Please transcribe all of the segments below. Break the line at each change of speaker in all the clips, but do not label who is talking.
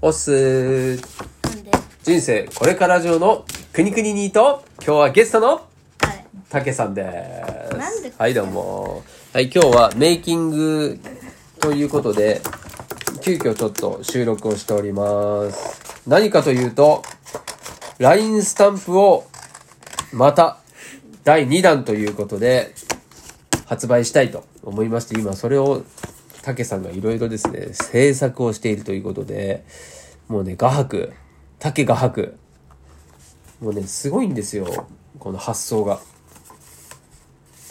おっすー
なんで
人生これから上のくにくににーと今日はゲストの
はい
たけさんです
なんで
はいどうもはい今日はメイキングということで急遽ちょっと収録をしております何かというと LINE スタンプをまた第2弾ということで発売したいと思いまして今それをたけさんがいろいろですね制作をしているということでもうね画伯たけ画伯もうねすごいんですよこの発想が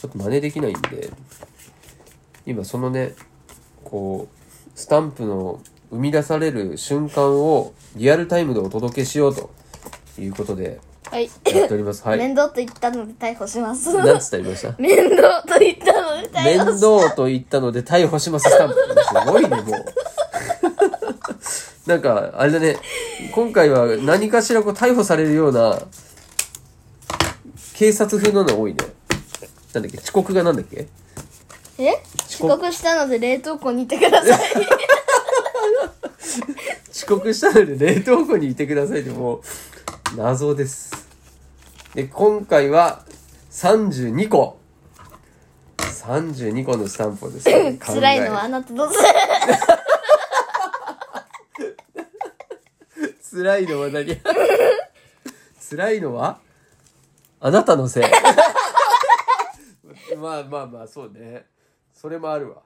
ちょっと真似できないんで今そのねこうスタンプの生み出される瞬間をリアルタイムでお届けしようということで
はい
やっておりますはい
面倒と言ったので逮捕します
何つった言いました
面倒と言ったので逮
面
捕し
倒と言ったので逮捕しますスタンプ。すごいね、もう。 なんか、あれだね、今回は何かしらこう逮捕されるような、警察風のの多いね。なんだっけ、遅刻がなんだっけ
え遅刻したので冷凍庫にいてください
遅刻したので冷凍庫にいてくださいってもう、謎です。で、今回は32個。32個のスタンプをですね、考え
辛いのはあなたどうぞ
辛いのは何 辛いのはあなたのせい まあまあまあそうねそれもあるわ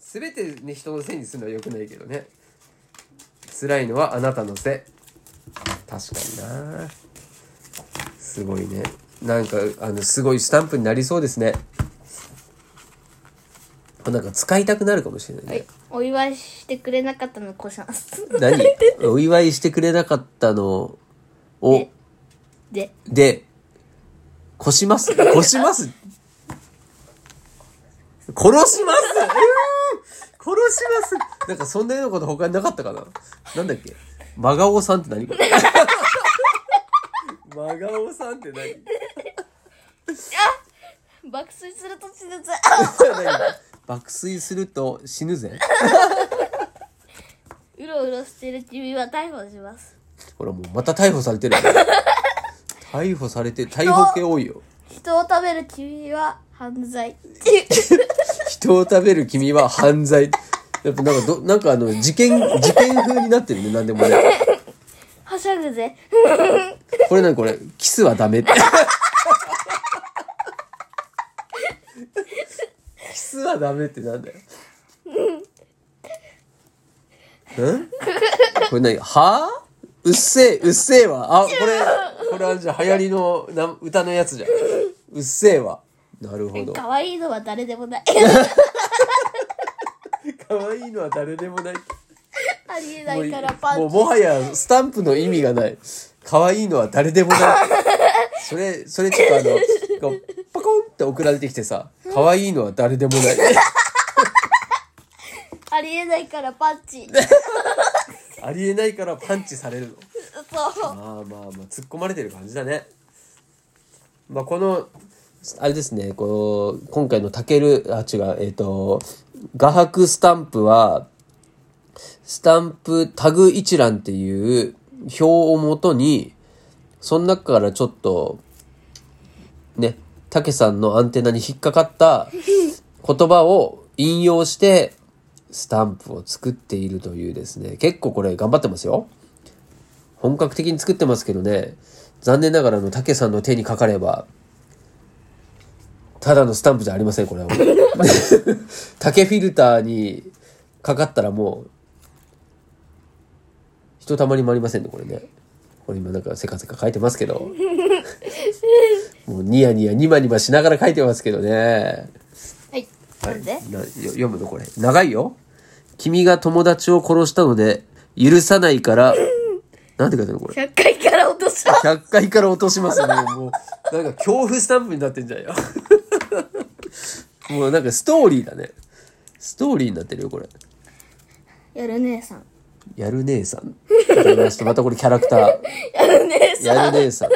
全てね人のせいにするのは良くないけどね辛いのはあなたのせい確かになすごいねなんかあのすごいスタンプになりそうですねこれなんか使いたくなるかもしれないね、
はいお祝いしてくれなかったのでこうします
何お祝いしてくれなかったのを
えで
で、こします。こします。殺しますうーん殺しますなんかそんなようなこと他になかったかななんだっけ真顔さんって何真顔さんって何
爆睡すると死ぬぜ
爆睡すると死ぬぜ。
うろうろしてる君は逮捕します
ほらもうまた逮捕されてるよね。逮捕されて、逮捕系多いよ。
人を食べる君は犯罪
人を食べる君は犯罪。やっぱなんかど、なんかあの、事件、事件風になってるね、なんでもね。
はしゃぐぜ
これ何これキスはダメって。キスはダメってなんだよ。んこれ何はぁうっせえ、うっせえわ。あ、これ、これはじゃあ流行りのな歌のやつじゃん。うっせえわ。なるほど。
可愛いのは誰で もない
かわいいのは誰でもない。
ありえな
もう
いからパンチ
もうもはやスタンプの意味がない。可愛いのは誰で もない。それ、それちょっとあの、こうパコンって送られてきてさ、可愛いのは誰でも ない。
ありえないからパンチ
ありえないからパンチされるの。
そ
まあ
う
まあまあ、突っ込まれてる感じだね。まあこの、あれですね、この、今回のタケル、あ、違う、えっ、と、画伯スタンプは、スタンプタグ一覧っていう表をもとに、その中からちょっと、ね、たけさんのアンテナに引っかかった言葉を引用して、スタンプを作っているというですね、結構これ頑張ってますよ。本格的に作ってますけどね、残念ながらあの、たけさんの手にかかれば、ただのスタンプじゃありません、これは。竹フィルターにかかったらもう、ひとたまりもありませんね、これね。これ今なんかせかせか書いてますけど。もうニヤニヤニマニマしながら書いてますけどね。
はい。なんで、
なよ読むのこれ長いよ君が友達を殺したので許さないからなんて書いてあるのこれ
?100 回から落とした
100回から落としますねもうなんか恐怖スタンプになってんじゃんよ もうなんかストーリーだねストーリーになってるよこれ
やる姉さん。
やる姉さんわかりましたまたこれキャラクター
やる姉さ
やる姉さ
ん。
ん。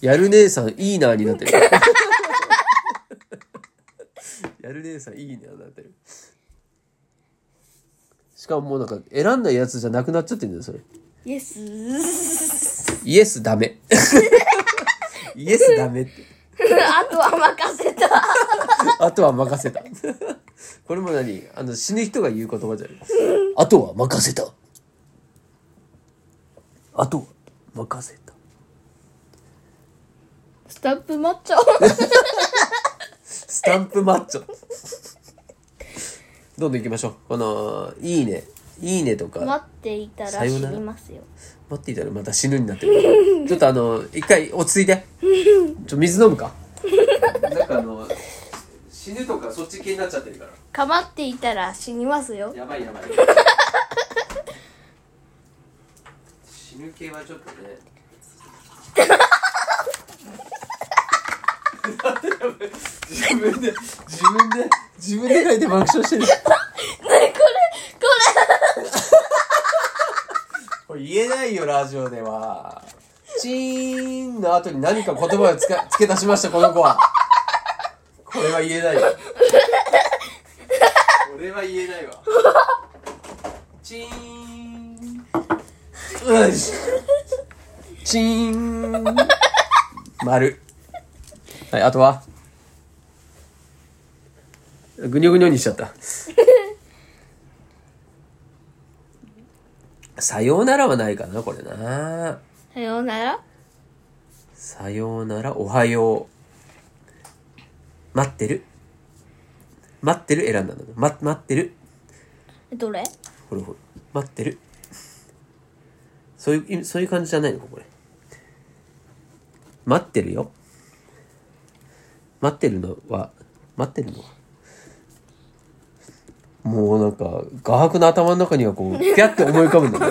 やる姉さん、いいなーになってる。やる姉さん、いいなーになってる。しかももうなんか選んだやつじゃなくなっちゃってるんだよそれ
イエス
イエスダメイエスダメって
あとは任せた
あとは任せた これも何あの死ぬ人が言う言葉じゃないあとは任せたあとは任せた
スタンプマッチョ
スタンプマッチョどんどん行きましょうこの「いいね」「いいね」とか
待っていた
さ
ら
よ
死
うなら
にますよ
待っていたらまた死ぬになってるちょっとあの一回落ち着いてちょ水飲むかなんかあの死ぬとかそっち系になっちゃってるから
かまっていたら死にます よ
やばいやばい死ぬ系はちょっとね自分で自分で自分で書いて爆笑してる
ねこれこ
これ言えないよラジオではチーンの後に何か言葉をつか 付け足しましたこの子はこれは言えないよこれは言えないわチーンよしチーン丸はいあとはぐにょぐにょにしちゃったさようならはないかなこれな
れさようなら
さようなら、おはよう。待ってる待ってる選んだんだ。ま、待ってる
どれ
ほらほら。待ってる。そういう意味、そういう感じじゃないのか、これ。待ってるよ。待ってるのは、待ってるのは。もうなんか、画伯の頭の中にはこう、ぴゃって思い浮かぶんだけど。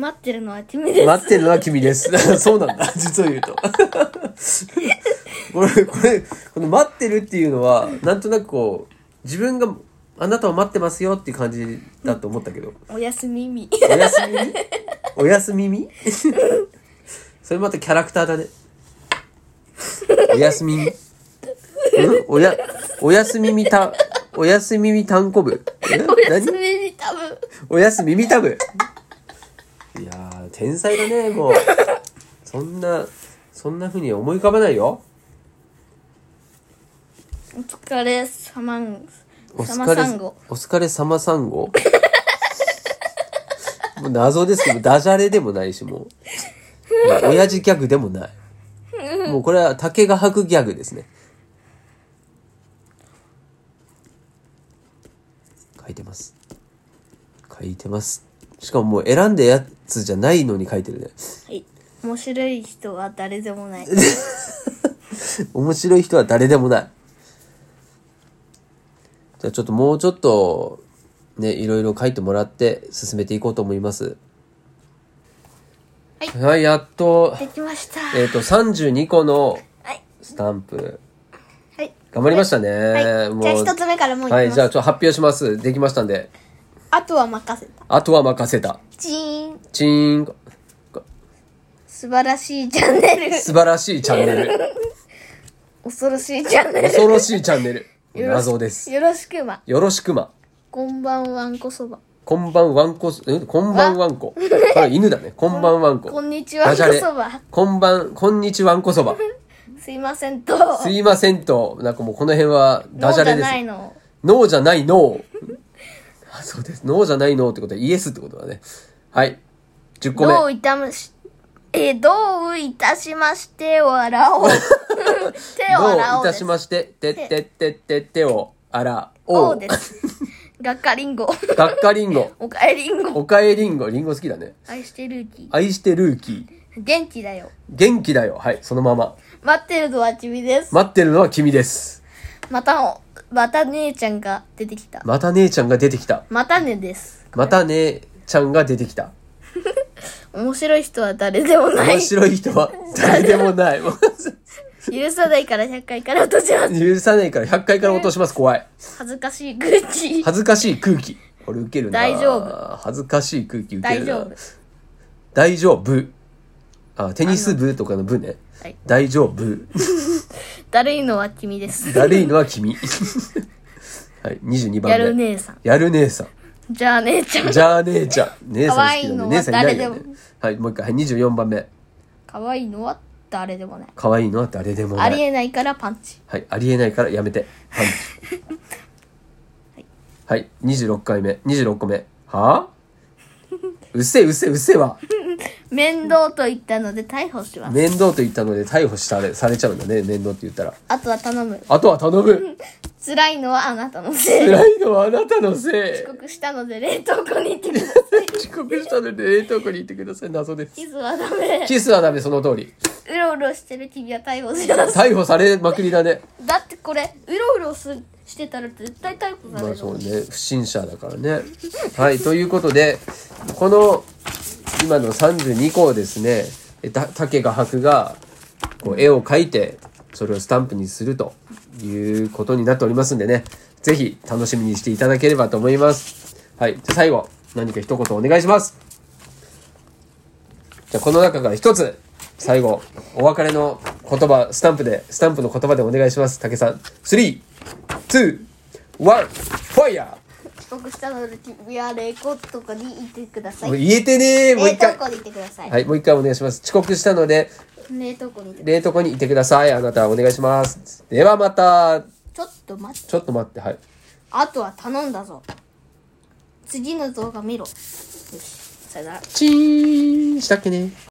待ってるのは君です
待ってるのは君 です。そうなんだ。実を言うと。これ、これ、この待ってるっていうのは、なんとなくこう、自分が、あなたを待ってますよっていう感じだと思ったけど、
おやすみ み
おやすみにおやすみにそれまたキャラクターだね。おやすみに。んおや、おやすみみた、おやすみみたんこぶ。え
おや
何
すみみ多分
おやすみみたぶいやー天才だねもうそんなそんなふうには思い浮かばないよ
お疲れ様ん
お
さ
疲
ま
れ
さんご
お疲れ様さんごもう謎ですけどダジャレでもないしもうもう親父ギャグでもないもうこれは竹が吐くギャグですね書いてます書いてますしかももう選んだやつじゃないのに書いてるね
はい面白い人は誰でもない
面白い人は誰でもない。じゃあちょっともうちょっと、ね、いろいろ書いてもらって進めていこうと思います。。
はい
やっと、
できました
えっ、と、32個の
はい
スタンプ。
はい
頑張りましたね。
はい
もう
じゃあ一つ目からもういきます、
はい、じゃあちょっと発表します。できましたんで。
あとは任せた
あとは任せた。
チーン
チーン。
素晴らしいチャン ネル
素晴らしいチャンネ ル。
恐ろしいチャンネル
恐ろしいチャンネル。謎です。
よろしくま
よろしくま。
こんばんはんこそば
こんばんわんこ、んこんばんわんこ。これ犬だ ね。こんばんわんこ。
こんにちは
ダジャレ
わんこそば
こんばん、こんにちわんこそ ば。
すいませんと
すいませんと、なんかもうこの辺はダジャレ
もうじ
で
ゃ
す
な。いの
ノーじゃないノー。あそうです。ノーじゃないノーってことはイエスってことだね。はい。10個目。
どういたましえーどういたしましてを 洗おう手を洗
どういう
おで
た
す
しまして、てってってってってを洗お
お
う
うで。すがっかりん ご
がっかりんご。
おかえりんご
おかえりんご。りんご好きだね。
愛してるうき
愛してルーキー。
元気だよ
元気だよ。はい。そのまま。
待ってるのは君です
待ってるのは君です。
またおまた姉ちゃんが出てきた
また姉ちゃんが出てきた。
またねです
またねちゃんが出てきた。
面白い人は誰でもない
面白い人 は誰でもない。もう
許さないから100回から落とします
許さないから100回から落とします。怖い。
恥ずかしい愚痴
恥ずかしい空気。これ受けるな。
大丈
夫。恥ずかしい空気受ける
大
な。
丈夫
大丈夫。あ、テニス部とかの部ね。
はい
大丈夫。
だるいのは君です
だるいのは君。はい、22番目。
やる姉さん
やる姉さん。
じゃあ姉ちゃん。
じゃあ姉ちゃん。姉さん好きなんで、姉さんいないよね
可愛いのは誰でも。
はい、もう一回、はい、24番目。
可愛いのは誰でもない。
可愛いのは誰でもな
あり
い。
えないからパンチ。
はい、ありえないからやめて。パンチ。はい、26回目。26個目。はぁうっせえうっせえうっせえわ。
面倒と言ったので逮捕します。
面倒と言ったので逮捕したれされちゃうんだね、面倒って言ったら。
あとは頼む。
あとは頼む。
辛いのはあなたのせい。
辛いのはあなたのせ
遅刻したので冷凍庫に行ってくださ
い。遅刻したので冷凍庫に行ってください。謎です
い。。キスはダメ。
キスはダメ、その通り。
うろうろしてる君は逮捕します。
逮捕されまくりだね。
だってこれ、うろうろすしてたら絶対逮捕さ
ま
れ
あ
る。
そうね、不審者だからね。はい、ということで、この、今の32項ですね、えた竹画伯が、こう、絵を描いて、それをスタンプにするということになっておりますんでね、ぜひ楽しみにしていただければと思います。はい、じゃあ最後、何か一言お願いします。じゃあこの中から一つ、最後、お別れの言葉、スタンプで、スタンプの言葉でお願いします、竹さん。3、2、1、ファイヤ
遅刻したので君は冷凍庫に行ってくださ
ーもう
い。
言えてねーもう
冷
一
凍
回。
庫に行ってください。
はい、もう一回お願いします。遅刻したので、
冷凍庫に行って
冷凍庫にいてください。あなたはお願いします。ではまた。
ちょっと待って。
ちょっと待って、はい。
あとは頼んだぞ。次の動画見ろ。よし、さよなら。
チーンしたっけね